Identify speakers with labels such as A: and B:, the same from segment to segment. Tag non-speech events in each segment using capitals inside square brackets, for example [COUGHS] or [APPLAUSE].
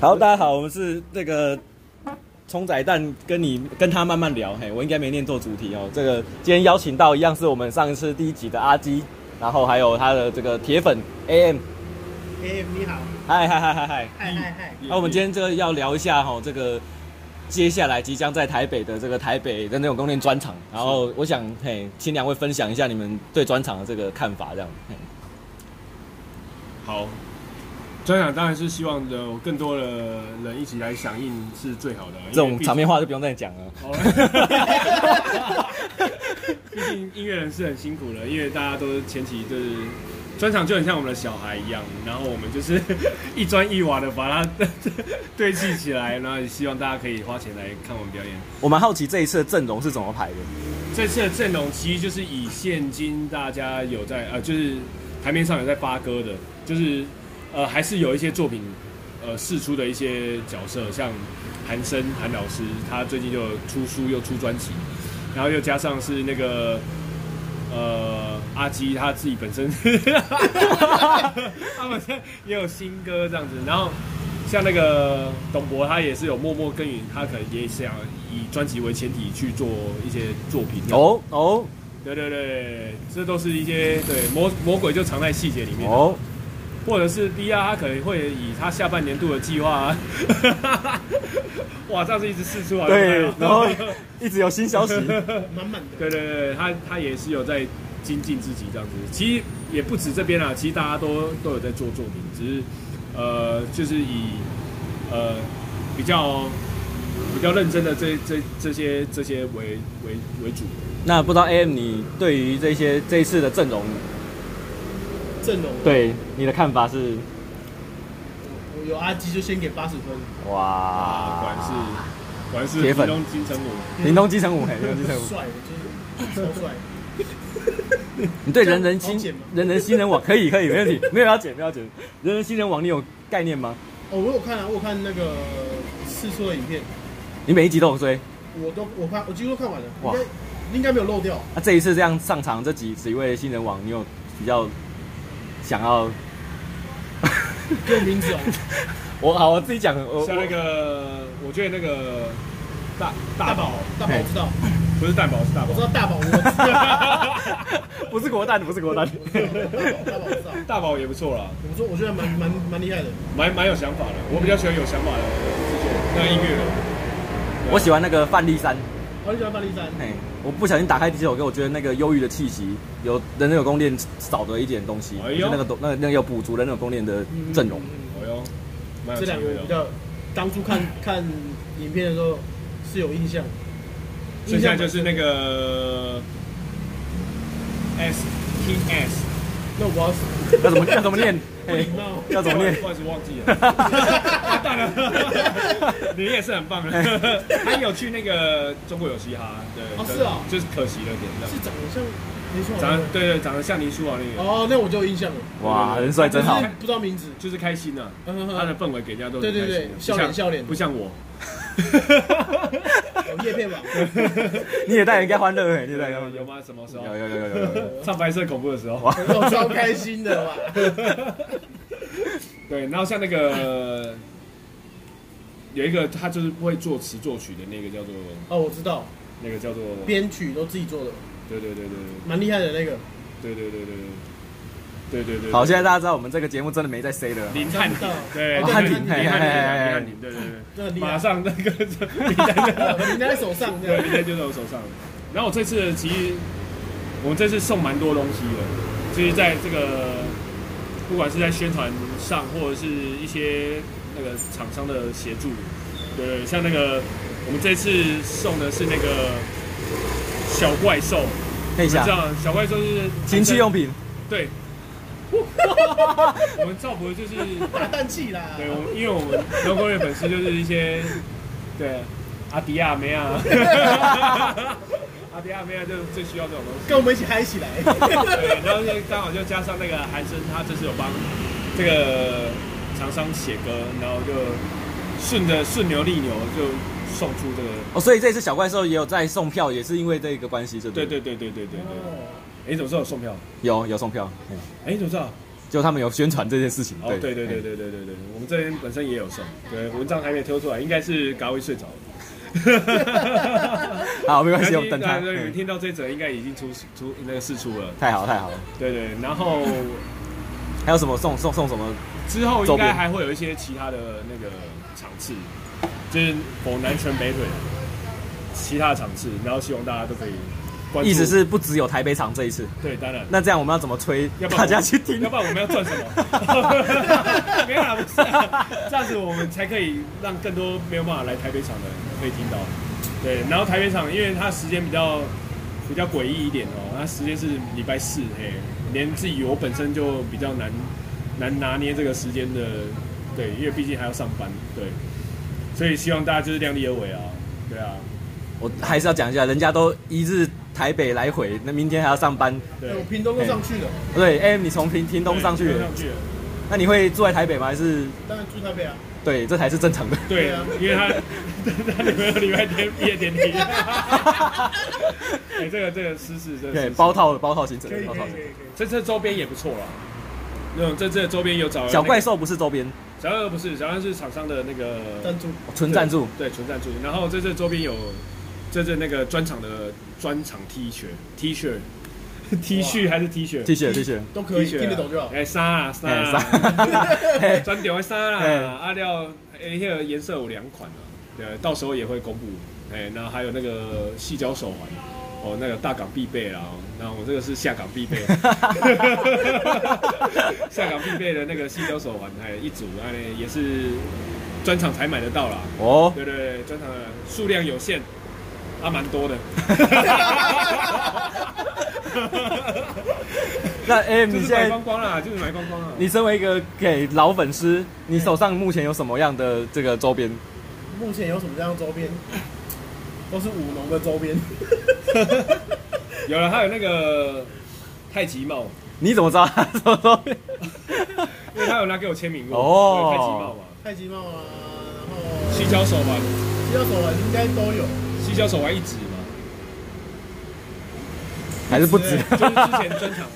A: 好，大家好，我们是这个冲仔蛋，跟你跟他慢慢聊。嘿，我应该没念错主题哦。这个今天邀请到一样是我们上一次第一集的阿基，然后还有他的这个铁粉 AM。
B: 哎，你好，
A: 嗨嗨嗨嗨嗨！
B: 嗨嗨嗨，
A: 那、我们今天这个要聊一下哈、这个接下来即将在台北的这个台北的那种宫殿专场，然后我想嘿，请两位分享一下你们对专场的这个看法，这样。嘿
C: 好，专场当然是希望有更多的人一起来响应是最好的啊、
A: 这种场面话就不用再讲了。
C: 因为毕竟，毕竟音乐人是很辛苦的，因为大家都是前期就是专场就很像我们的小孩一样，然后我们就是 [LAUGHS] 一砖一瓦的把它 [LAUGHS] 堆砌起来，然后也希望大家可以花钱来看我们表演。
A: 我蛮好奇这一次的阵容是怎么排的。
C: 这次的阵容其实就是以现今大家有在呃，就是台面上有在发歌的，就是呃还是有一些作品呃试出的一些角色，像韩生韩老师，他最近就出书又出专辑，然后又加上是那个。呃，阿基他自己本身，他本身也有新歌这样子，然后像那个董博，他也是有默默耕耘，他可能也想以专辑为前提去做一些作品。
A: 哦哦
C: 对对对，这都是一些对魔魔鬼就藏在细节里面，
A: 哦，
C: 或者是 B R 他可能会以他下半年度的计划、 [LAUGHS] 啊，哇，这样子一直试出
A: [LAUGHS]
C: 来，
A: 对
C: 好，
A: 然后一直有新消息。
B: 满满的，
C: [LAUGHS] 对对对，他他也是有在精进自己这样子。其实也不止这边啊啦，其实大家都都有在做作品，只是呃，就是以呃比较比较认真的这这这些这些为为为主。
A: [LAUGHS] 那不知道 AM 你对于这些这一次的阵容，
B: 阵容，
A: 对你的看法是？
B: 我有阿基就先给八十分，
A: 哇
C: 啊，果然是果然是
A: 铁粉
C: 屏东金城武，
A: 是林东基城 [LAUGHS] 武，嘿，
C: 哎
A: 林东基城武，
B: 帅，就是超帅，
A: 你对人人
B: 这
A: 新
B: 样好剪吗
A: 人人新人网可以可以没问 [LAUGHS] 题，没有要剪没有要剪，人人新人网你有概念吗？
B: 哦，我有看啊，我有看那个试出的影片，
A: 你每一集都有追
B: 我都我看我几乎都看完了，应
A: 哇
B: 该应该没有漏掉，
A: 啊那、这一次这样上场这几几位新人网，你有比较想 [LAUGHS] 要？
B: 给我名字哦，
A: [LAUGHS] 我好，我自己讲，我
C: 像那个我觉得那个大大
B: 大
C: 宝
B: 宝，大宝我知道，
C: 不是蛋宝是大
B: 我
C: 宝
B: 知，道大
C: [LAUGHS]
B: 宝，我知道，
A: 我 [LAUGHS] 不是国蛋，不是国蛋，
B: 我知道大宝我知道，
C: 大宝也不错啦，
B: 我说我觉得蛮蛮蛮厉害的，
C: 蛮蛮有想法的，我比较喜欢有想法的那个音乐人。
A: 我喜欢那个范丽山。
B: 我很喜欢范丽山，
A: 嘿，我不小心打开第一首歌，我觉得那个忧郁的气息，有人人有宫殿少的一点东西，
C: 哎
A: 就是
C: 呦
A: 那个东那那个有补足人人有宫殿的阵
C: [LAUGHS]
A: 容。
B: 嗯
C: 哦哟，蛮有
B: 这
C: 机
B: 两个
C: 会
B: 我比
C: 的。
B: 较当初看看影片的时候是有印象，
C: 剩下就是那个 S T S，
B: 那我
A: 要
B: 要
A: 怎么要怎么
C: [LAUGHS]
A: 念？
C: 哎
A: 嘿
B: 礼貌
A: 要怎么念？
C: 我也是忘记了， [LAUGHS] 完蛋了。 [LAUGHS] 你也是很
B: [LAUGHS]
C: 棒的，他有去那个中国有嘻哈，对，
B: 哦
C: 对
B: 是哦
C: 就是可惜了点这
B: 是
C: 样。
B: 长得像林书豪吗
C: 长得对对，长得像林书豪那个，
B: 哦，那我就有印象了，
A: 哇，人帅真
C: [LAUGHS]
A: 好
B: 只是。不知道名字。
C: 就是开心啊，
B: 嗯哼哼
C: 他的氛围给人家都很
B: 对对
C: 开
B: 对
C: 心的，不
B: 笑脸
C: 像
B: 笑脸
C: 不像我。
B: 有哦叶片吧？
A: 你也带人家欢乐嘿，你也带人家欢
C: 有
A: 乐。
C: 吗？什么时候？
A: 有有有有有有。
C: 唱白色恐怖的时候。
B: 我超开心的吧？
C: 对，然后像那个 [LAUGHS] 有一个他就是会作词作曲的那个叫做
B: 哦，我知道，
C: 那个叫做对
B: 编曲都自己做的，
C: 对对对
B: 蛮厉害的那个。
C: 对对对对对对对对。
A: 好，现在大家知道我们这个节目真的没在 say 的了。
C: 林汉廷，对
B: 哦
C: 林
B: 汉
C: 汉
B: 庭
C: 廷，林汉廷，林汉廷，对对
B: 这很厉
C: 对，
B: 害
C: 马上那个名单，
B: 哦你拿在手上这
C: 对，
B: 样
C: 名，单就在我手上。然后我这次其实我们这次送蛮多东西的，就是在这个不管是在宣传上，或者是一些那个厂商的协助，对，像那个我们这次送的是那个小怪兽，
A: 看一
C: 你知
A: 下，
C: 道小怪兽是
A: 情趣用品。
C: 对。 [LAUGHS] 我们赵博就是，
B: 打蛋器啦。
C: 对我们，因为我们龙工的粉丝就是一些，对阿迪亚梅啊，阿迪亚梅啊就最需要这种东西。
B: 跟我们一起嗨起来。
C: 对，然后就刚好就加上那个韩生，他这次有帮这个厂商写歌，然后就顺着顺流逆流就送出这个。
A: 哦，所以这次小怪兽也有在送票，也是因为这个关系，对不
C: 对
A: 对？
C: 对对对对对对。
B: 哦
C: 哎，你怎么知道我送票？
A: 有有送票。嘿
C: 哎，你怎么知道？
A: 就他们有宣传这件事情。
C: 哦，对对对
A: 嘿
C: 对对对对，我们这边本身也有送，对，文章还没挑出来，应该是嘎威睡着了。
A: 好，没关系，我们等他
C: 那。那你们
A: 嘿
C: 听到这则应该已经出出那个试出了，
A: 太好太好了，
C: 对对。然后
A: 还有什么送送送什么？
C: 之后
A: 周
C: 应
A: 边
C: 该还会有一些其他的那个场次，就是否南拳北腿其他的场次，然后希望大家都可以关注。
A: 意思是不只有台北场这一次。
C: 对，当然。
A: 那这样我们要怎么催
C: 要不
A: 大
C: 然我
A: 家去听
C: 要？不然我们要赚什
A: [LAUGHS]
C: 么？没有啦，不是啊，这样子我们才可以让更多没有办法来台北场的人可以听到。对，然后台北场因为它时间比较比较诡异一点哦，它时间是礼拜四，嘿，连自己我本身就比较难难拿捏这个时间的，对，因为毕竟还要上班，对，所以希望大家就是量力而为啊，对啊，
A: 我还是要讲一下，人家都一日台北来回，那明天还要上班。
C: 对，
B: 有屏东都上去了，
A: 对，M，你从屏屏东上去
C: 对
A: 了
C: 上去了。
A: 那你会住在台北吗？还是
B: 当然住台北啊。
A: 对，这才是正
C: [LAUGHS]
A: 常的。
C: 对
B: 对啊，
C: 因为他他女朋友礼拜天毕业典礼。 [LAUGHS] 哎，这个这个私事，这个
A: 对，
C: 私事
A: 包套的包套行程，包套行程。
B: 以。
C: 这次周边也不错啦。那种这次的周边有找
A: 小怪
C: 兽，
A: 兽不是周边，哦
C: 小怪兽不是，小怪兽是厂商的那个
B: 赞助
A: 纯赞助。
C: 对纯赞助。然后这次周边有这次那个专场的专场 T 恤，T 恤 [LAUGHS] T 恤还是 T 恤
A: T 恤 T 恤，
B: 都可以
C: T 恤啊
B: 听得懂
A: [LAUGHS]
B: 就好。
C: 哎，衫啊衫
A: 哎，
C: 啊，
A: 啥？
C: [LAUGHS] 专点的衫啦
A: 哎，
C: 阿廖哎，那个颜色有两款啊，对，到时候也会公布。哎，那还有那个细胶手环，哦，那个大港必备啦。哦那我这个是下港必备， [LAUGHS] 下港必备的那个细胶手环，还有一组，哎，也是专场才买得到啦。
A: 哦，
C: 对对对，专场的数量有限，啊，蛮多的。 [LAUGHS]
A: 那 M，
C: 就
A: 你
C: 是
A: 现
C: 买
A: 在
C: 光光啦，就是买光光啦。
A: 你身为一个给老粉丝，你手上目前有什么样的这个周边？
B: 目前有什么这样的周边？都是舞龙的周边，
C: 有了，还有那个太极帽。
A: 你怎么知道他什么周边？
C: 因为他有拿给我签名过，
A: 哦
C: 对太极帽嘛，
B: 太极帽啊，然后
C: 西郊手环，
B: 西郊手环啊应该都有。
C: 西郊手环一指嘛，
A: [LAUGHS] 还是不止？
C: 就是之前专场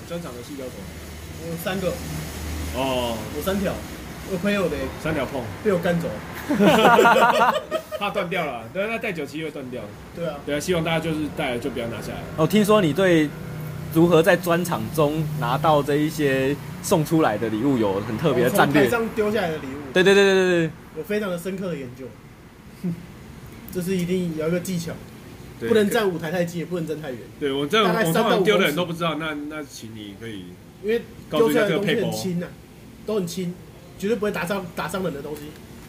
C: 专场的西郊手环，
B: 我有三个，
C: 哦，
B: 我三条，我朋友的
C: 三条碰，
B: 被我干走。
C: 怕断掉了，但是他戴久其实会断掉，
B: 对啊，
C: 对啊，希望大家就是戴了就不要拿下来，
A: [LAUGHS] 我听说你对如何在专场中拿到这一些送出来的礼物有很特别的
B: 从
C: 哦
A: 战略
B: 台。上丢下来的礼物，
A: 对对对对对对，
B: 有非常的深刻的研究。 [LAUGHS] 这是一定有一个技巧，
C: 对
B: 不能，站舞台太近，也不能站太远，
C: 对我这种
B: 大概
C: 我
B: 三到
C: 通常
B: 五
C: 丢的
B: 公
C: 人
B: 尺
C: 都不知道，那那请你可以
B: 因为
C: 告诉
B: 丢
C: 一
B: 出
C: 下
B: 来
C: 这
B: 的东
C: 个
B: 西
C: 配
B: 很
C: 博，
B: 轻呐、都很轻，绝对不会打伤打伤人的东西，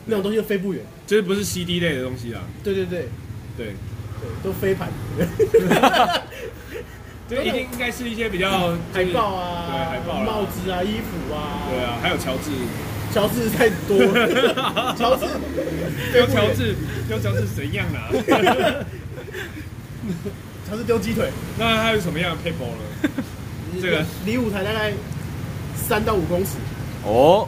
B: 那种东西就飞不远。
C: 就是不是 CD 类的东西啦，
B: 对对对对，
C: 对，
B: 都飞盘， [LAUGHS]
C: 就一定应该是一些比较
B: 海报，
C: 就是
B: 啊，
C: 对海报啦
B: 帽子啊，衣服啊，
C: 对啊，还有乔治，
B: 乔治太
C: [LAUGHS]
B: 多了，乔治
C: 丢
B: 丢
C: 乔，
B: [LAUGHS]
C: 治丢乔治怎样啦？ [LAUGHS]
B: 乔治丢鸡腿，
C: 那还有什么样的配博呢？这个
B: 离舞台大概三到五公尺，
A: 哦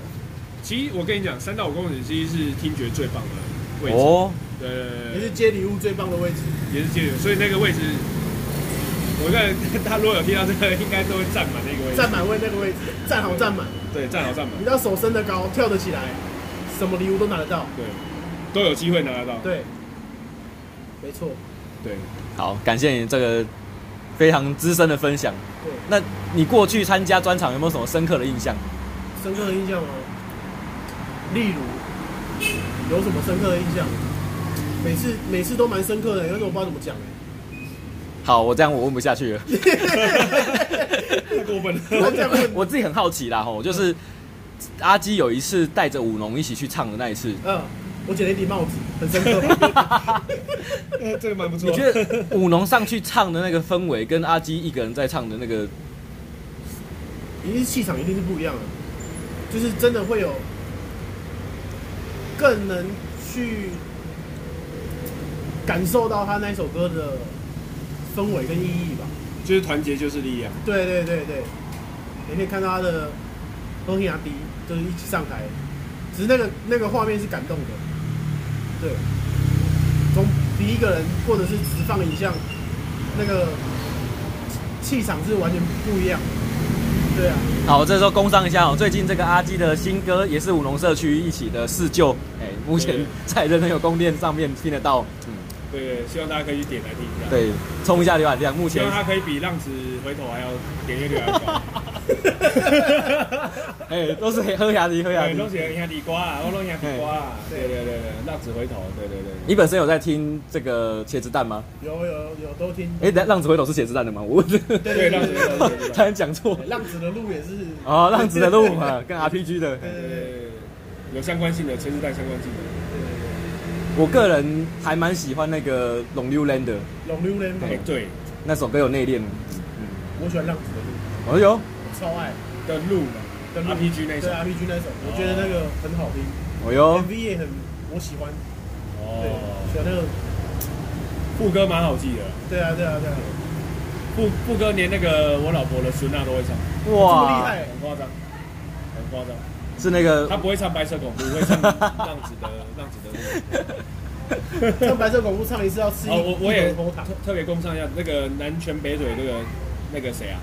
C: 其实我跟你讲，三到五公里其实是听觉最棒的位置，
A: 哦，
C: 对对对
B: 也
C: 对
B: 是接礼物最棒的位置。
C: 也是接流，所以那个位置，我看他如果有听到这个，应该都会站满那个位置，
B: 站满位那个位置，站好站满，
C: 对，站好站满
B: 你，要手伸得高，跳得起来，什么礼物都拿得到。
C: 对，都有机会拿得到，
B: 对，没错，
C: 对，
A: 好，感谢你这个非常资深的分享。
B: 对，
A: 那你过去参加专场有没有什么深刻的印象？
B: 深刻的印象吗？例如有什么深刻的印象？每次每次都蛮深刻的，有一种不知道怎么讲哎、
A: 好，我这样我问不下去了，
B: 欸
C: [LAUGHS] 太过分
B: 我
C: 了，
B: 这样问，
A: 我自己很好奇啦吼，就是阿基有一次带着舞龙一起去唱的那一次，
B: 嗯，我捡了一顶帽子，很深刻吧？
C: 呃这个蛮不错，
A: 你觉得舞龙上去唱的那个氛围跟阿基一个人在唱的那个
B: 一定是气场一定是不一样的，就是真的会有更能去感受到他那首歌的氛围跟意义吧。
C: 就是团结就是力量，
B: 对对对对，你可以看到他的东西亚迪就是一起上台，只是那个那个画面是感动的，对，从比一个人或者是只放影像，那个气场是完全不一样的，对啊，
A: 好，这时候工商一下哦，最近这个阿基的新歌也是五龙社区一起的试旧，哎，目前
C: 对
A: 在人人有供电上面听得到，嗯，
C: 对，希望大家可以去点来听一下。，
A: 对，冲一下浏览量，目
C: 希
A: 前
C: 望它可以比浪子回头还要点阅率还要高。
A: 哎都是黑喝牙梨喝牙
C: 对，
A: 梨
C: 拢。是兄弟歌啊，我拢兄弟歌啊。对对对对，浪子回头，对对对。
A: 你本身有在听这个茄子蛋吗？
B: 有有有都听。
A: 哎、浪子回头是茄子蛋的吗？我
B: 对
C: 对
B: 对
C: 浪
B: 对
C: 子
B: 对
C: 回
B: 对
C: 头，
A: [LAUGHS]
C: 对对
A: 差点讲错
B: 对，浪子的路也是。
A: 哦，浪子的路啊，跟 RPG 的。
B: 对对
C: 对
B: 对对
C: 对，有相关性的，全是带相关性的。
B: 对，
A: 我个人还蛮喜欢那个《龙溜 land》的
B: 龙溜人，
C: 哎，对，
A: 那首歌有内敛。
B: 我喜欢浪子的路，
A: 哦哟，
B: 我超爱。
C: 的路嘛
B: 的路
C: ，RPG 那一首
B: 对。RPG 啊那首，我觉得那个很好听
A: 哦哟，
B: ，MV 也很我喜欢。对，
C: 哦，
B: 喜欢那个，
C: 副歌蛮好记的，
B: 对啊对啊对啊，
C: 副副歌连那个我老婆的孙娜都会唱，
B: 这么厉害，
C: 很夸张，很夸张。
A: 是那个
C: 他不会唱白色恐怖，会唱浪子的 [LAUGHS] 浪子的路。
B: 唱啊白色恐怖唱一次要吃一
C: 哦，我我也
B: 一口糖
C: 特。特别公上一下那个南拳北腿那个那个谁啊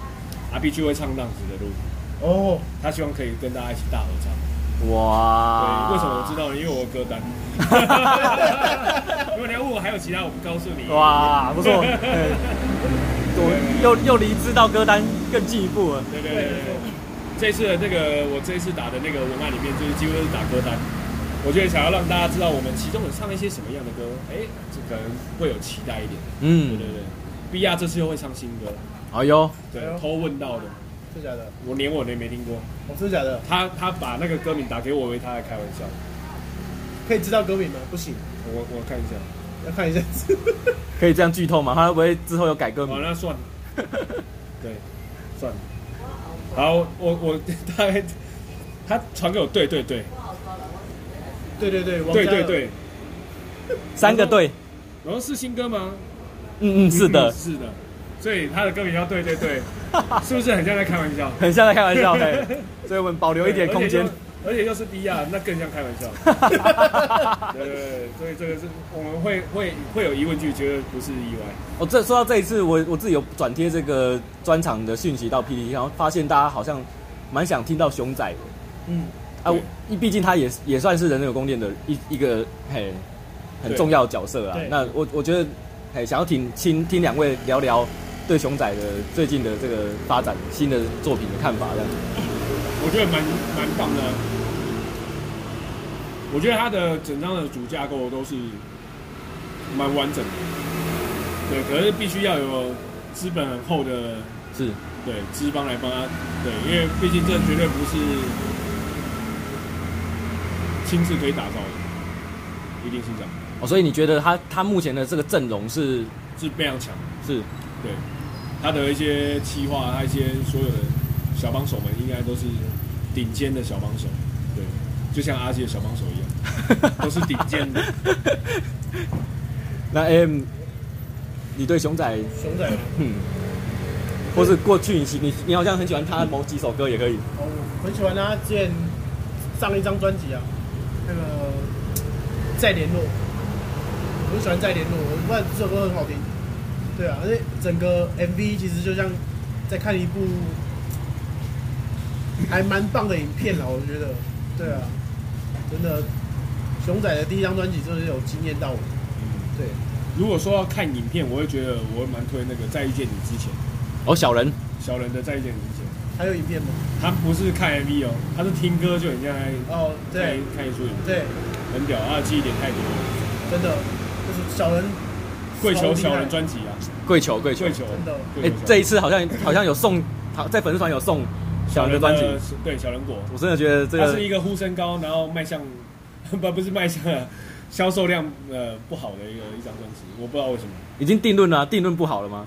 C: ，RPG 会唱浪子的路，
B: 哦，
C: 他希望可以跟大家一起大合唱。
A: [LAUGHS] 哇，
C: 对，为什么我知？道呢？因为我有歌单。 [LAUGHS] 如果你要问我还有其他，我不告诉你。
A: 哇，
C: [LAUGHS]
A: 不错，哎我又又离知道歌单更进一步了。
C: 对对对对对，这次的那个我这一次打的那个文案里面，就是几乎都是打歌单。我觉得想要让大家知道我们其中有唱一些什么样的歌，哎，这可能会有期待一点。对
A: 嗯
C: 对，对，比亚这次又会唱新歌了，
A: 哦哟，
C: 对
B: 哎，呦
C: 偷问到的，
B: 真假的？
C: 我连我都没听过。
B: 哦，真假的？
C: 他他把那个歌名打给我，我以为他在开玩笑。
B: 可以知道歌名吗？不行，
C: 我我看一下，
B: 要看一下 [LAUGHS] 字。
A: 可以这样剧透吗？他会不会之后有改歌
C: 哦，
A: 名？
C: 那算了，对，算了。好，我我大概他传给我，对对对
B: 对对对，王
C: 对
B: 嘉
C: 对
B: 尔
C: 对，
A: 三个对，
C: 然后是新歌吗？
A: 嗯嗯，是的
C: [LAUGHS] 嗯，是的。所以他的歌名叫对对对，是不是很像在开玩
A: [LAUGHS]
C: 笑？
A: 很像在开玩笑，嘿，所以我们保留一点空间
C: 对。而且又而且又是 B 亚，那更像开玩
A: [LAUGHS]
C: 笑。对对对，所以这个是我们会会会有疑问句，觉得不是意外。
A: 我、哦这说到这一次，我我自己有转贴这个专场的讯息到 PPT，然后发现大家好像蛮想听到熊仔的
B: 嗯，
A: 啊
C: 对，
A: 一毕竟他也也算是人人有宫殿的一一个嘿很
C: 对
A: 重要的角色啊
B: 对。
A: 那我我觉得嘿想要听听听两位聊聊对熊仔的最近的这个发展、新的作品的看法这样。
C: 我觉得蛮蛮棒的。我觉得它的整张的主架构都是蛮完整的，对，可是必须要有资本很厚的
A: 是，
C: 对资方来帮他，对，因为毕竟这绝对不是亲自可以打造的，一定是这样，
A: 哦，所以你觉得他他目前的这个阵容是
C: 是非常强的。
A: 是
C: 对，他的一些企划，他一些所有的小帮手们，应该都是顶尖的小帮手，对，就像阿杰的小帮手一样，都是顶尖的。
A: 那 M，你对熊仔
B: 熊仔吗，
A: 嗯，或是过去你喜你你好像很喜欢他的某几首歌也可以。
B: 哦，我很喜欢他之前上一张专辑啊，那个再联络，我很喜欢再联络，我不知道这首歌很好听。对啊，而且整个 MV 其实就像在看一部还蛮棒的影片啦，我觉得。对啊，真的，熊仔的第一张专辑就是有惊艳到我。对，
C: 如果说要看影片，我会觉得我会蛮推那个《再遇见你》之前，
A: 哦，小人，
C: 小人的《再遇见你》之前，
B: 还有影片吗？
C: 他不是看 MV 哦，他是听歌就很像在
B: 哦，
C: 在
B: 对
C: 看一出影
B: 对，
C: 片，很屌，他的记忆点太多了。
B: 真的，就是小人
C: 跪
B: 超厉害
C: 求小人专辑啊，
A: 跪求跪求
C: 跪。求，
B: 真的
A: 哎、
C: 跪求小人
A: 这一次好像好像有送，好在粉丝团有送小人的专辑，
C: 对小人国，
A: 我真的觉得这
C: 它
A: 个
C: 是一个呼声高，然后卖相 [LAUGHS] 不不是卖相啊，销售量呃不好的一个一张专辑，我不知道为什么，
A: 已经定论了啊、定论不好了吗？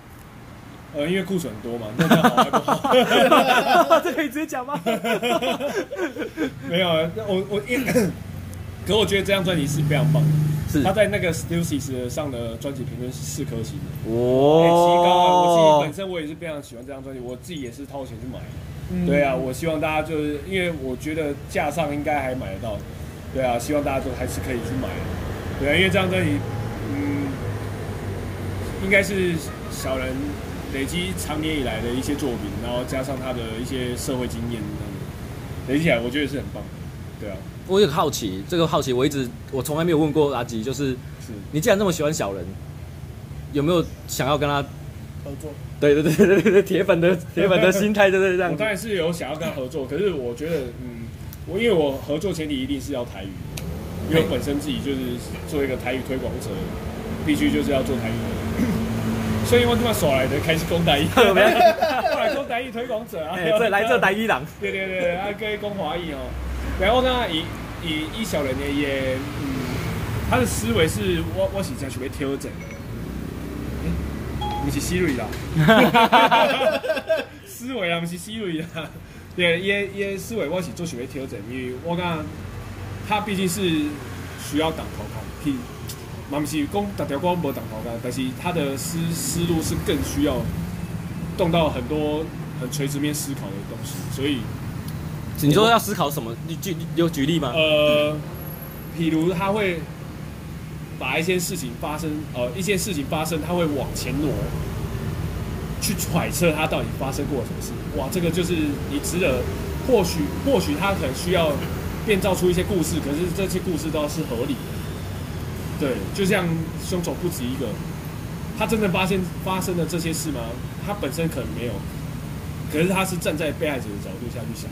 C: 呃，因为库存多嘛，那这样好还不
A: [LAUGHS]
C: 好？
A: 这可以直接讲吗？
C: 没有，啊我 [COUGHS] 我一，可我觉得这张专辑是非常棒的，
A: [LAUGHS] 是
C: 他在那个 Stussy 上的专辑评论是四颗星的，哎、极高啊！我自己
A: 哦
C: 本，身我也是非常喜欢这张专辑，我自己也是掏钱去买的。
B: 嗯
C: 对啊，我希望大家就是因为我觉得架上应该还买得到，对啊，希望大家都还是可以去买，对啊，因为这张专辑，嗯，应该是小人累积长年以来的一些作品，然后加上他的一些社会经验，这样子累积起来，我觉得是很棒的。对啊，
A: 我有个好奇，这个好奇我一直我从来没有问过阿吉，就是
C: 是
A: 你既然这么喜欢小人，有没有想要跟他？
B: 合作。
A: 对对对对对对，铁粉的铁粉的心态就是这样
C: 我
A: 子
C: 当。然是有想要跟他合作，可是我觉得，嗯，我因为我合作前提一定是要台语，因为我本身自己就是做一个台语推广者，必须就是要做台语的。
A: [LAUGHS]
C: 所以我这么耍来的，开始讲台语，
A: 有没有
C: 我来讲台语推广者啊，
A: 哎，这来这台伊朗，
C: 对对对对，啊，各位讲华裔哦。然后呢，以以以小人呢也，嗯，他的思维是我我是真想要调整的，嗯不是 Siri 啦，思维啊啦，不是 Siri 啦，对，也也思维我是做想要调整，因为我讲他毕竟是需要挡头扛，去，嘛不是讲打条光无挡头扛，但是他的思思路是更需要动到很多很垂直面思考的东西，所以。
A: 你说要思考什么？你举你有举例吗？
C: 呃，譬如他会把一些事情发生，呃，一件事情发生，他会往前挪，去揣测它到底发生过了什么事。哇，这个就是你值得，或许或许他可能需要变造出一些故事，可是这些故事都是合理的。对，就像凶手不止一个，他真的发现发生了这些事吗？他本身可能没有，可是他是站在被害者的角度下去想。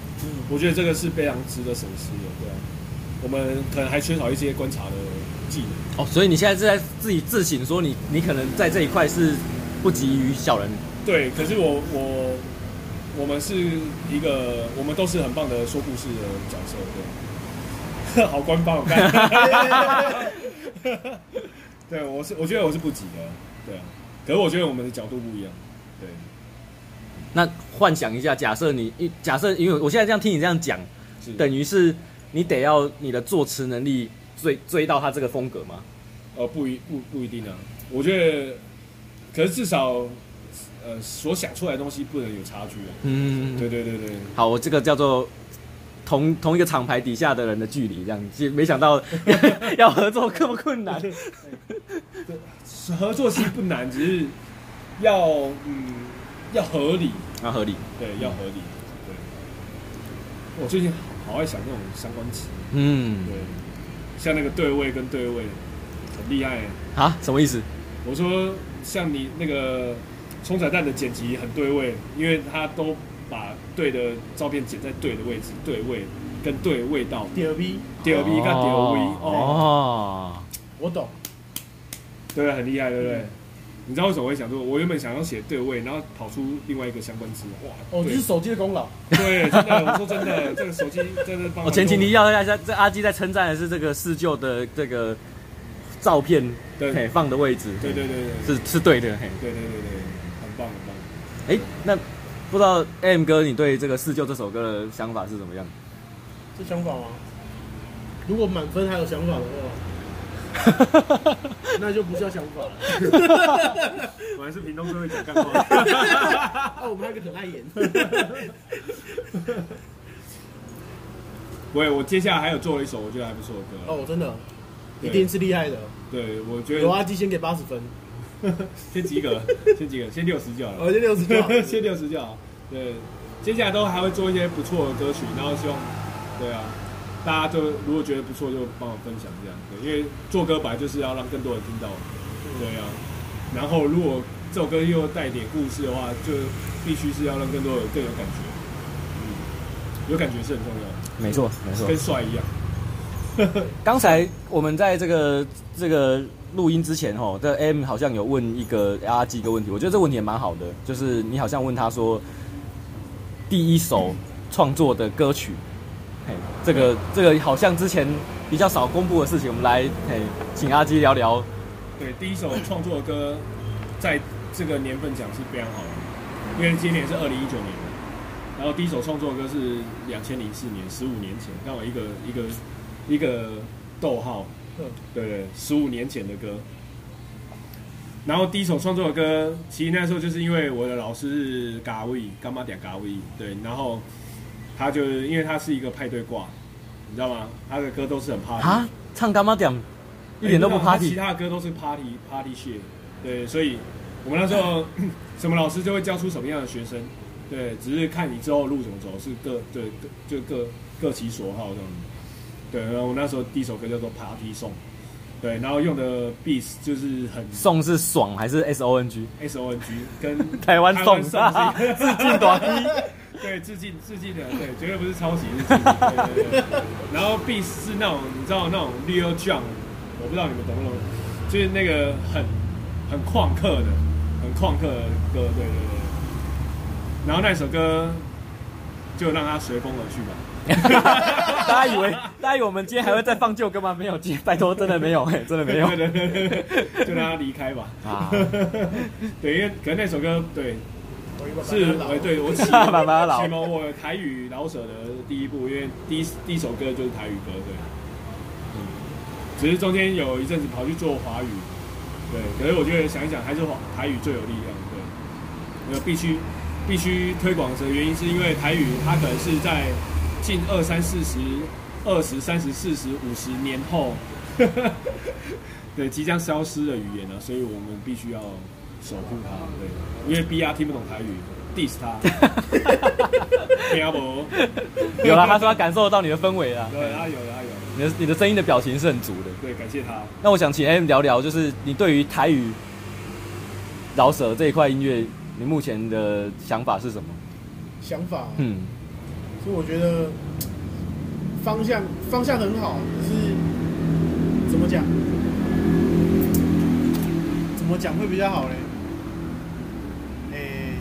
C: 我觉得这个是非常值得深思的，对啊。我们可能还缺少一些观察的技能，
A: 哦，所以你现在是在自己自省，说你你可能在这一块是不及于小人。
C: 对。可是我我我们是一个，我们都是很棒的说故事的角色，对。 [LAUGHS] 好官方，我 [LAUGHS] 看。对，我是我觉得我是不及的，对啊。可是我觉得我们的角度不一样，对。
A: 那幻想一下，假设你一假设，因为我现在这样听你这样讲，
C: 是
A: 等于是你得要你的作词能力追追到他这个风格吗？
C: 呃，不一不不一定啊。我觉得，可是至少，呃，所想出来的东西不能有差距啊。
A: 嗯，
C: 对。对对对，
A: 好，我这个叫做同同一个厂牌底下的人的距离，这样，其实没想到 [LAUGHS] 要合作这么困 [LAUGHS] 难。
C: 合作其实不难，只是要嗯要合理，
A: 那合理。
C: 对，要合理，对。我最近好好爱想那种相关词，
A: 嗯
C: 对，，像那个对位跟对位，很厉害欸。
A: 啊，什么意思？
C: 我说像你那个冲彩蛋的剪辑很对位，因为他都把对的照片剪在对的位置，对位跟对味道，
B: 第二 B，
C: 第二 B 跟第二 V，哦，
A: 哦，
B: 我懂，
C: 对，啊很厉害，对不对？你知道为什么我会想说，我原本想要写对位，然后跑出另外一个相关词，哇，
B: 哦，这
C: 对
B: 是手机的功劳。
C: [LAUGHS] 对，真的，我说真的，这个手机真的帮
A: 我
C: 忙
A: 哦前情提
C: 多
A: 要一下，这阿基在称赞的是这个四舅的这个照片，
C: 对
A: 嘿，放的位置，
C: 对对对对
A: 是是对的，嘿，
C: 对对对对，很棒很棒。
A: 哎、那不知道 M 哥你对这个四舅这首歌的想法是怎么样？
B: 这想法吗？如果满分还有想法的话，
C: [LAUGHS]
B: 那就不叫想法了。
C: 果然是屏东最会讲干话。
B: 啊，我们还有一个很爱
C: [LAUGHS]
B: 演。
C: 喂，我接下来还有做一首我觉得还不错的歌。哦，
B: 哦，真的，
C: 对
B: 一定是厉害的。
C: 对，我觉
B: 有啊
C: 得
B: 阿基先给八十分，
C: 先及格，先及格，先六哦十就好
B: 我
C: 了，
B: 先六十就好。 [LAUGHS]
C: 先六十就好。对，接下来都还会做一些不错的歌曲，然后希望，对啊，大家就如果觉得不错就帮我分享这样，对，因为做歌本来就是要让更多人听到，对啊。然后如果这首歌又带点故事的话，就必须是要让更多人更有感觉，嗯，有感觉是很重要
A: 没错，没
C: 的，跟帅一样。
A: 刚才我们在这个这个录音之前吼，这 M 好像有问一个阿基一个问题，我觉得这问题也蛮好的，就是你好像问他说，第一首创作的歌曲，嘿，这个这个好像之前比较少公布的事情，我们来嘿，请阿基聊聊。
C: 对，第一首创作的歌，在这个年份讲是非常好的，因为今年是二零一九年嘛，然后第一首创作的歌是两千零四年，十五年前，刚好一个一个一个逗号，
B: 嗯
C: 对对，十五年前的歌。然后第一首创作的歌，其实那时候就是因为我的老师是嘎卫，干妈点嘎卫，对，然后他就是因为他是一个派对挂，你知道吗？他的歌都是很 party
A: 啊，唱干妈点一点都不
C: 哎你知道吗他
A: party，
C: 其他的歌都是 party party shit，对，所以我们那时候 [CLEARS THROAT] 什么老师就会教出什么样的学生，对，只是看你之后路怎么走，是各对各就各各其所好这样子。对，然后我那时候第一首歌叫做《Party Song》，对，然后用的 beat 就是很
A: 送是爽还是 S O N G？
C: S O N G 跟
A: [LAUGHS] 台湾送
C: 台
A: [LAUGHS]
C: 湾
A: 致敬短衣。
C: 对，致敬致敬的，对，绝对不是抄袭，是致敬。对对对对然后 B 是那种你知道那种 Leo John，我不知道你们懂不懂，就是那个很很旷课的，很旷课的歌，对对对。然后那首歌就让它随风而去吧。
A: [LAUGHS] 大家以为大家以为我们今天还会再放旧歌吗？没有，今天拜托，真的没有，嘿，真的没有
C: 对对对对对，就让它离开吧。
A: 啊！
C: 对，因为可能那首歌对是
B: 是，
C: 哎，对我启
A: [LAUGHS] 爸爸老
C: 启蒙我台语老舍的第一部，因为第一第一首歌就是台语歌，对。嗯只是中间有一阵子跑去做华语，对。可是我觉得想一想，还是华台语最有力量，对。呃，必须必须推广的原因是因为台语它可能是在近二三四十、二十三十四十五十年后， [LAUGHS] 对，即将消失的语言呢、啊，所以我们必须要守护它。对，因为 BR 听不懂台语，diss 他，听不？
A: 有了，他说他感受得到你的氛围了，
C: 对，他有，他有，
A: 你的你的声音的表情是很足的。
C: 对，感谢他。
A: 那我想请 M 聊聊，就是你对于台语饶舌这一块音乐，你目前的想法是什么？
B: 想法，
A: 嗯，
B: 所以我觉得方向方向很好，可是怎么讲？怎么讲会比较好嘞？诶、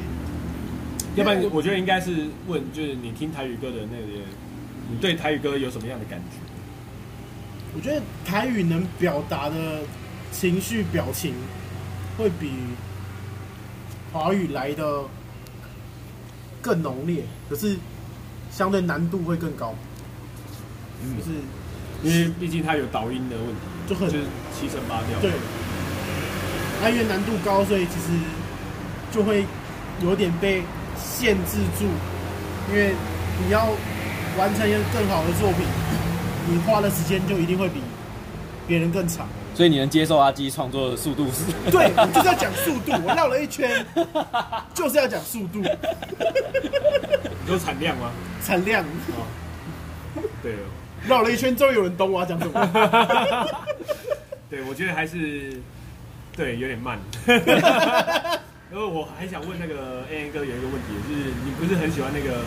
C: 要不然，我觉得应该是问，就是你听台语歌的那个，你对台语歌有什么样的感觉？
B: 我觉得台语能表达的情绪表情，会比华语来的更浓烈，可是相对难度会更高，
C: 嗯
B: 就是
C: 因为毕竟它有导音的问题，
B: 就很
C: 就是七声八调。
B: 对。那因为难度高，所以其实就会有点被限制住，因为你要完成一个更好的作品，你花的时间就一定会比别人更长。
A: 所以你能接受阿基创作的速度是？
B: 对，我就是要讲速度。我绕了一圈，就是要讲速度、
C: 你说产量吗？哦
B: 产量。
C: 对哦。
B: 绕了一圈，终于有人懂我要讲什么。
C: 对，我觉得还是对有
B: [LAUGHS]
C: 点慢。因为我还想问那个 A N 哥有一个问题，就是你不是很喜欢那个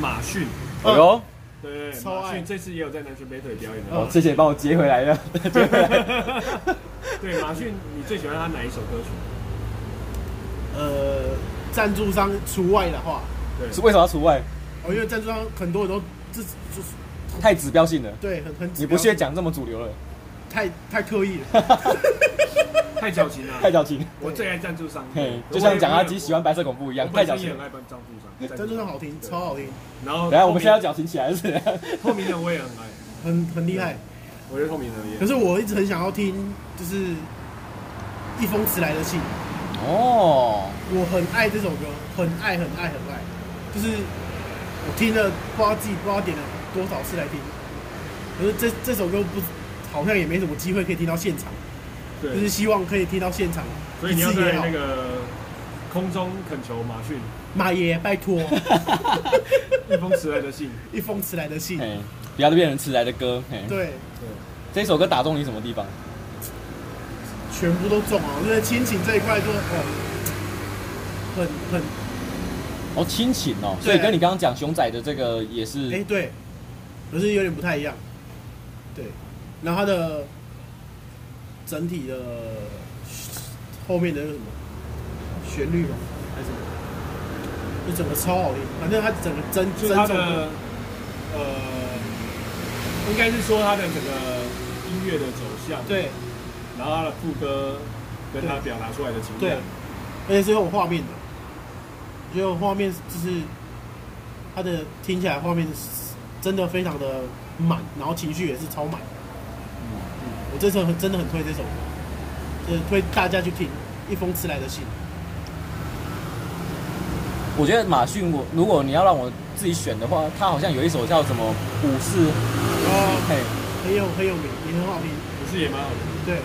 C: 马逊？
A: [LAUGHS] 哎呦，
C: 对对对，
B: 超爱
C: 马逊这次也有在南拳北腿表演
A: 哦
C: 的。，
A: 谢谢帮我接回来了， [LAUGHS] 接回来。
C: 对，马逊，你最喜欢他哪一首歌曲？
B: 呃，赞助商除外的话，
A: 是
C: 对，
A: 为什么要除外？
B: 哦，因为赞助商很多人都自就是
A: 太指标性了，
B: 对很很指
A: 你
B: 标
A: 不屑讲这么主流了，
B: 太太刻意了。
C: 太矫情
A: 太
C: 了。
A: 矫情。
C: 我最爱赞助商，
A: 嘿，就像讲阿基喜欢白色恐怖一
C: 一
A: 样，太矫情
C: 很
A: 了。
C: 爱赞助商，
B: 赞助商好听，
C: 对
B: 超好听，
C: 然
A: 等
C: 后
A: 一下我们现在要
C: 讲
A: 矫情起来是
B: [LAUGHS]
A: 怎样？
C: 透明人，我也很爱，
B: 很很厉害。
C: 我觉得透明人也
B: 可是我一直很想要听，就是一封迟来的信。
A: 哦，
B: 我很爱这首歌，很爱很爱很爱，就是我听了不知道自己不知道点了多少次来听，可是这这首歌不好像也没什么机会可以听到现场，就
C: 对
B: 是，希望可以听到现场
C: 所以
B: 一
C: 你要
B: 次
C: 在
B: 也好
C: 那，个空中恳求马逊
B: 马爷拜托
C: 一封迟来的信。
B: 一封迟来的信，
A: 嘿，不要再变成迟来的歌。嘿，
B: 对，
A: 这首歌打中你什么地方？
B: 全部都中啊！我觉得亲情这一块就很很很
A: 哦，亲情哦，所以跟你刚刚讲熊仔的这个也是
B: 哎、对，可是有点不太一样。对，然后它的整体的后面的那个什么旋律吧，还是什么，就整个超好听。反正它整个真真
C: 就是他
B: 整个
C: 的呃，应该是说他的整个音乐的走向，，
B: 对
C: 然后他的副歌跟他表达出来的情
B: 对
C: 感，，
B: 而且是有画面的，我觉得有画面就是它的听起来画面是真的非常的满，然后情绪也是超满。
A: 嗯
B: 我这首很真的很推这首歌，就是推大家去听《一封迟来的信》。
A: 我觉得马逊，我如果你要让我自己选的话，他好像有一首叫什么武士，
B: 哦，
A: 嘿，
B: 很有很有名，也很好听。
C: 不是也蛮好的。
B: 对，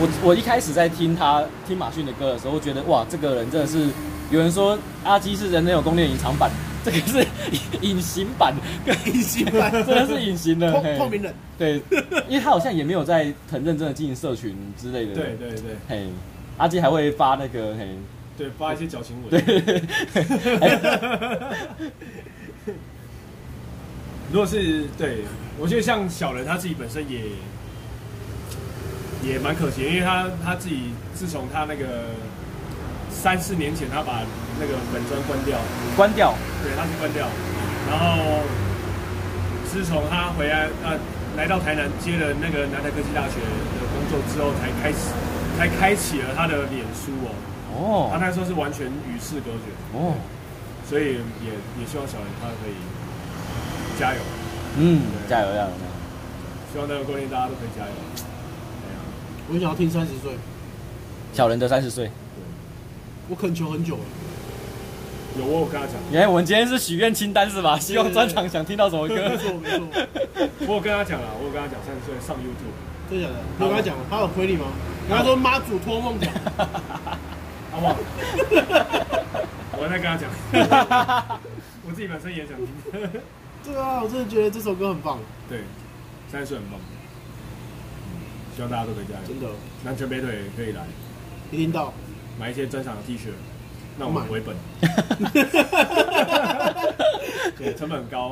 A: 我我一开始在听他听马逊的歌的时候，觉得哇，这个人真的是，有人说阿基是人人有攻略隐藏版， [LAUGHS] 这个是隐形版， [LAUGHS]
B: 隐形版
A: 真的是隐形的，
B: 透
A: 嘿
B: 透明人，
A: 对，因为他好像也没有在很认真的经营社群之类的，
C: 对，对对
A: 嘿，阿基还会发那个嘿，
C: 对，发一些矫情文。 [LAUGHS] 如果是对，我觉得像小人他自己本身也也蛮可惜，因为他他自己自从他那个三四年前他把那个本专关掉，
A: 关掉，
C: 对，他是关掉，然后自从他回来啊来到台南接了那个南台科技大学的工作之后，才开始才开启了他的脸书哦，他
A: 哦
C: 那时候是完全与世隔绝。
A: 哦，
C: 所以也也希望小人他可以加油，
A: 嗯，加油加油，
C: 希望那个过年大家都可以加油。哎呀
B: 我想要听三十岁，
A: 小人的三十岁，
B: 我恳求很久了，
C: 有我有跟他讲，
A: 原来哎我们今天是许愿清单是吧？希望专场想听到什么
B: 没
A: 歌？
B: 错没错，
C: 我有跟他讲了，我有跟他讲三十岁上 YouTube，
B: 真的假的？我跟他讲，他有回你吗？然后他说妈祖托梦讲， [LAUGHS]
C: 好不好？我在跟他讲，我自己本身也想听。
B: 对啊，我真的觉得这首歌很棒，
C: 对，三十岁很棒，希望大家都可以加油
B: 真。的，
C: 南拳北腿可以来
B: 一听到，
C: 买一些专场的 T 恤，那我们回本，对，成本很高，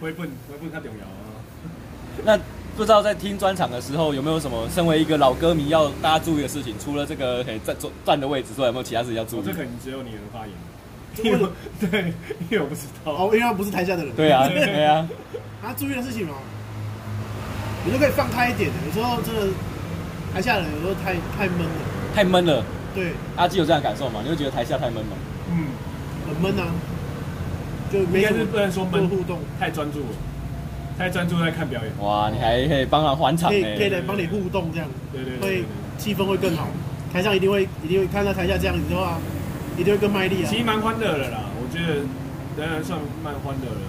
C: 回本回本太重要啊。
A: [LAUGHS] 那不知道在听专场的时候有没有什么，身为一个老歌迷要大家注意的事情？除了这个嘿站坐站的位置之外，有没有其他事情要注
C: 我
B: 嗯
A: 意
C: 哦这？可能只有你能发言，因为我 [LAUGHS] 对，因为我不知
B: [LAUGHS]
C: 道
B: 哦，。因为他不是台下的人，
A: 对啊，对
B: [LAUGHS]
A: 啊，
B: 啊，注意的事情哦，你就可以放开一点的，有时候真的台下人有时候太太闷了，
A: 太闷了。
B: 对，
A: 阿基有这样的感受吗？你会觉得台下太闷吗？
C: 嗯，
B: 很闷啊，就
C: 应
B: 没
C: 该
B: 什
C: 是
B: 么
C: 不能说闷
B: 多，互动，
C: 太专注了，太专注在看表演。
A: 哇，你还可以帮忙还场
B: 哦可以
A: 呢、
B: 可以来帮你互动这样，
C: 对对对
B: 会
C: 对。
B: 气氛会更好，台上一定会一定会看到台下这样子的话，一定会更卖力啊
C: 其，实蛮欢乐的啦，我觉得仍然算蛮欢乐的。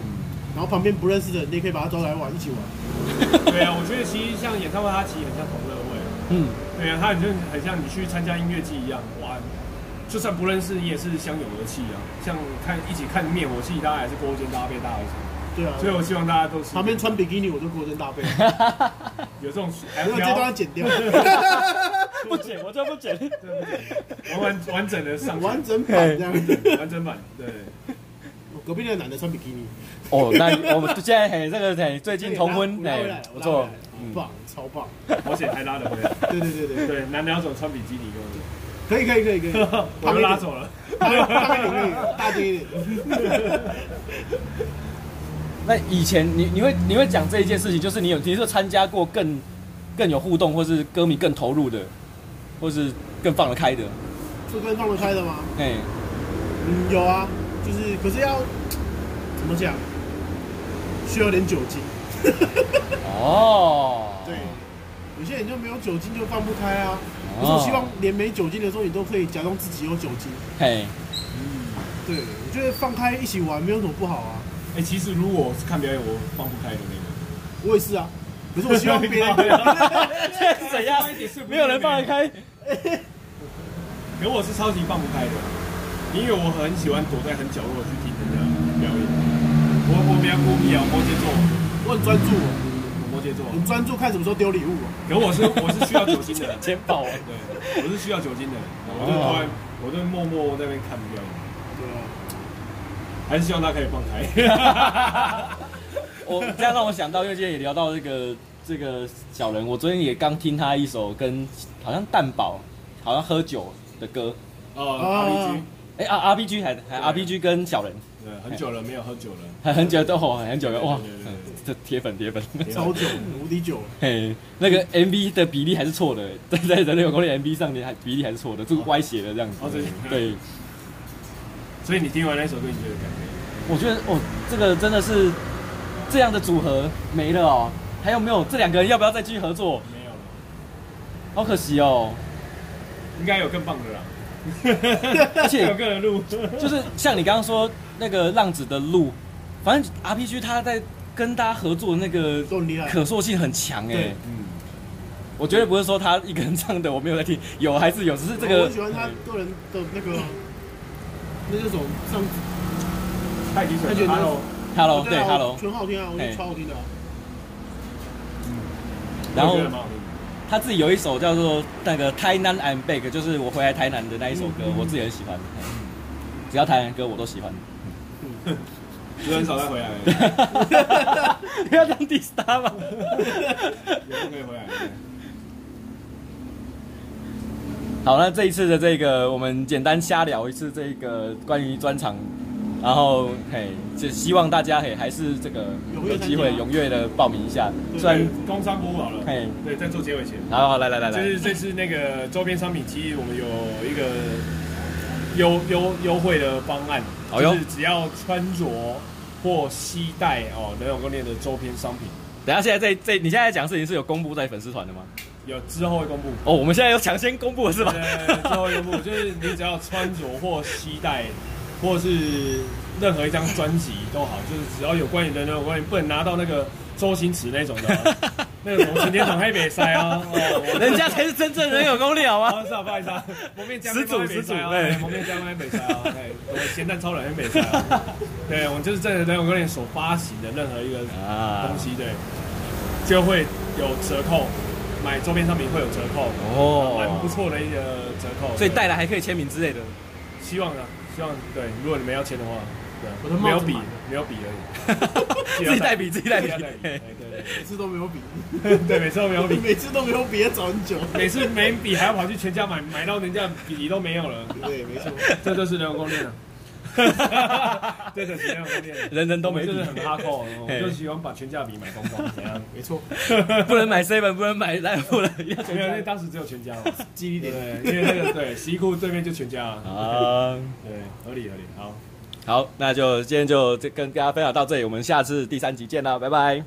C: [LAUGHS]
B: 然后旁边不认识的人你也可以把他招来玩一起玩，
C: 对啊，我觉得其实像演唱会，它其实很像同乐会。
A: 嗯，
C: 对啊，它很像很像你去参加音乐季一样，哇，就算不认识你也是相拥而泣啊。像看一起看灭火器，大家还是勾肩搭背大合唱。
B: 对啊，
C: 所以我希望大家都是
B: 旁边穿比基尼我就过肩搭
C: [LAUGHS]
B: 背，
C: 有这种，还
B: 然后这段要剪
C: [LAUGHS]
B: 掉，
A: 不剪，我就不剪。
C: 完完完整的上
B: 完整版这样。
C: 完整版，对，
B: 我隔壁那个男的穿比基尼。
A: 哦，那我们现在嘿，这个嘿，最近同婚
B: 哎
A: 嘿，，不
B: 我拉回
A: 错
B: 来，
A: 嗯
B: 棒，超棒，
C: 而且还拉了回来。
B: 对对对对，
C: 对，男两种穿比基尼给
B: 可以可以可以可以，
C: 我，我们拉走了。
B: 大一点，大一点可以，大一点，
A: 那以前你你会你会讲这一件事情，就是你有你是参加过更更有互动，或是歌迷更投入的，或是更放得开的，
B: 这跟放得开的吗？
A: 哎、
B: 嗯，有啊，就是可是要怎么讲，需要点酒精，
A: 哦，
B: 对，有些人就没有酒精就放不开啊，可是我希望连没酒精的时候，你都可以假装自己有酒精， [LAUGHS]
A: 嘿，
B: 对我觉得放开一起玩没有什么不好啊，
C: 嗯哎，其实如果我是看表演，我放不开的那
B: 我也是啊，可是我希望别
C: 对
B: 人
C: 啊。
A: 这是怎样？没有人放得开，
C: 个，可我是超级放不开的，因为我很喜欢躲在很角落去听人家表演。我我比较孤僻啊，我摩羯座，
B: 我很专注哦，
C: 我摩羯座，
B: 很专注看什么时候丢礼物哦。
C: 可我是我是需要酒精的人，
A: 肩膀
C: 对，我是需要酒精的人，我就突然我就默默在那边看表演。
B: 对啊，
C: 还是希望他可以放 [LAUGHS] 开。
A: [LAUGHS] 我这样让我想到，因为今天也聊到这个这个小人，我昨天也刚听他一首跟好像蛋堡好像喝酒的歌，
C: 哦
B: 啊
C: ，RPG，
A: 哎、r R B G 还还 R B G 跟小人，
C: 对，很久了没有喝酒了，
A: 还很久都吼很久了，哇
C: 对对对对，
A: 这铁粉铁粉。 [LAUGHS]
B: 超久，无敌久。
A: 嘿，那个 MV 的比例还是错的，在在人流攻略 MV 上面还比例还是错的，这个歪斜的这样子。
C: 哦这是
A: 对，
C: 所以你听完那首歌，你觉得感觉？
A: 我觉得哦，这个真的是这样的组合没了哦，还有没有这两个人要不要再继续合作？
C: 没有了，
A: 好可惜哦，
C: 应该有更棒的啦。
A: 而且
C: 有个人录，
A: 就是像你刚刚说那个浪子的路，反正 RPG 他在跟大家合作的那个
B: 都很厉害
A: 可塑性很强哎、
B: 对
C: [LAUGHS] 嗯，
A: 我绝对不是说他一个人唱的，我没有在听，有还是有，只是这
B: 我
A: 个
B: 很喜欢他个人的那个，那叫什么上
C: 太极
B: 太极
C: 拳
B: 拳
C: 哈喽，
A: Hello 哦对
B: 啊
A: Hello，
B: 全好听啊，我觉得
A: 嘿
B: 超好听的啊。
A: 然后
C: 我觉得蛮好听的
A: 他自己有一首叫做那个《台南 I'm Back》，就是我回来台南的那一首
B: 嗯
A: 歌，我自己很喜欢，嘿只要台南歌我都喜
B: [LAUGHS]
A: 欢。
C: 只是很少再 [LAUGHS] 回来了，
A: 不要当 diss 他吧。
C: 有空可以回来。
A: 好，那这一次的这个，我们简单瞎聊一次这个关于专场，然后嘿，就希望大家嘿还是这个
B: 踊跃
A: 有机会
B: 参加
A: 踊跃的报名一下，
B: 对
A: 虽然
C: 工商服务好了，
A: 嘿，
C: 对，在做结尾前，
A: 好好来来来来，
C: 就是这次那个周边商品，其实我们有一个优优优惠的方案，
A: 哎呦
C: 就是只要穿着或携带哦能有供电的周边商品，
A: 等一下现在这这你现在讲的事情是有公布在粉丝团的吗？
C: 有之后会公布。
A: 哦，我们现在有抢先公布了是吧？
C: 对，最后一幕 [LAUGHS]
A: [LAUGHS]
C: 就是你只要穿着或携带，或是任何一张专辑都好， [LAUGHS] 就是只要有关你的人有关你，不能拿到那个周星驰那种的 [LAUGHS] 啊、那个什么陈天堂黑北塞 [LAUGHS] 啊，哦，我
A: 人家才是真正人有功力好
C: 好
A: 吗？
C: [LAUGHS] 是啊，不好意思啊，蒙面江
A: 始祖始祖
C: 哎
A: 哎，
C: 蒙面江黑北塞啊，哎，我咸蛋超人黑北塞啊，对，我们就是这人有关你所发行的任何一个
A: 啊
C: 东，西，对，就会有折扣。买周边商品会有折扣，蛮不
A: 哦，
C: 错的一个折扣，
A: 所以
C: 对
A: 带来还可以签名之类的。
C: 希望啊，希望对，如果你们要签的话，对，
B: 我的帽子
C: 没有笔
B: 满了，
C: 没有笔而已，
A: 自己带笔，自己带笔
C: 自己。对
A: [LAUGHS]
C: 对
B: 每次都没有比，
C: 对对，每次都没有笔，
B: [LAUGHS] 每次都没有比，要找很久。
C: 每次没笔还要跑去全家买，买到人家笔都没有了，
B: 对，没错。
C: 这就是人工练了，这就是人工练了。
A: 人人都没笔
C: 我们就是很哈扣，我
A: 嘿
C: 们就喜欢把全家笔买光光，怎样？
B: 没错，
A: 不能买 seven，不能买来不能要
C: 没有，因为
A: 全
C: 当时只有全家嘛，
B: 记忆
C: 对
B: 点。，
C: 因为那个对，西裤对面就全家
A: 家。
C: 啊，
A: 啊，
C: 对，合理合理，好。
A: 好，那就今天就这跟大家分享到这里，我们下次第三集见啦，拜拜。